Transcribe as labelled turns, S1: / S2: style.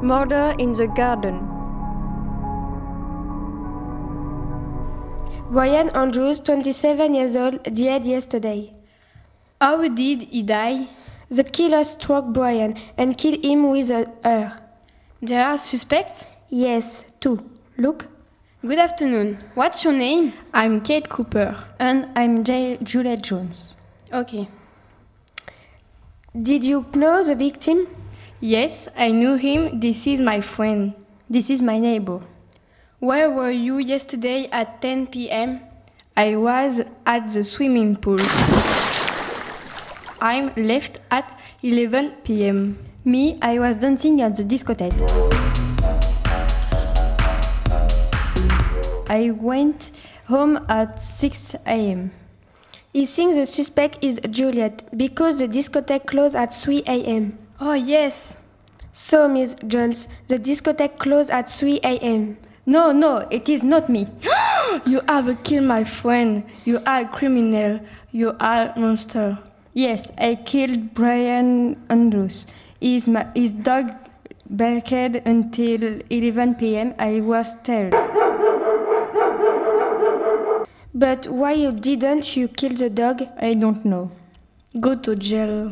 S1: Murder in the Garden.
S2: Brian Andrews, 27 years old, died yesterday.
S3: How did he die?
S2: The killer struck Brian and killed him with a her.
S3: There are suspects?
S2: Yes, two. Look.
S3: Good afternoon. What's your name?
S4: I'm Kate Cooper.
S5: And I'm J- Juliet Jones.
S3: Okay.
S2: Did you know the victim?
S4: Yes, I knew him. This is my friend.
S5: This is my neighbor.
S3: Where were you yesterday at 10 p.m.?
S4: I was at the swimming pool. I'm left at 11 p.m.
S5: Me, I was dancing at the discotheque. I went home at 6 a.m.
S2: He thinks the suspect is Juliet because the discotheque closed at 3 a.m.
S3: Oh, yes.
S2: So, Miss Jones, the discotheque closed at 3 a.m.
S5: No, no, it is not me.
S4: you have killed my friend. You are a criminal. You are a monster.
S5: Yes, I killed Brian Andrews. His, ma- his dog barked until 11 p.m. I was scared.
S2: But why didn't you kill the dog?
S5: I don't know.
S4: Go to jail.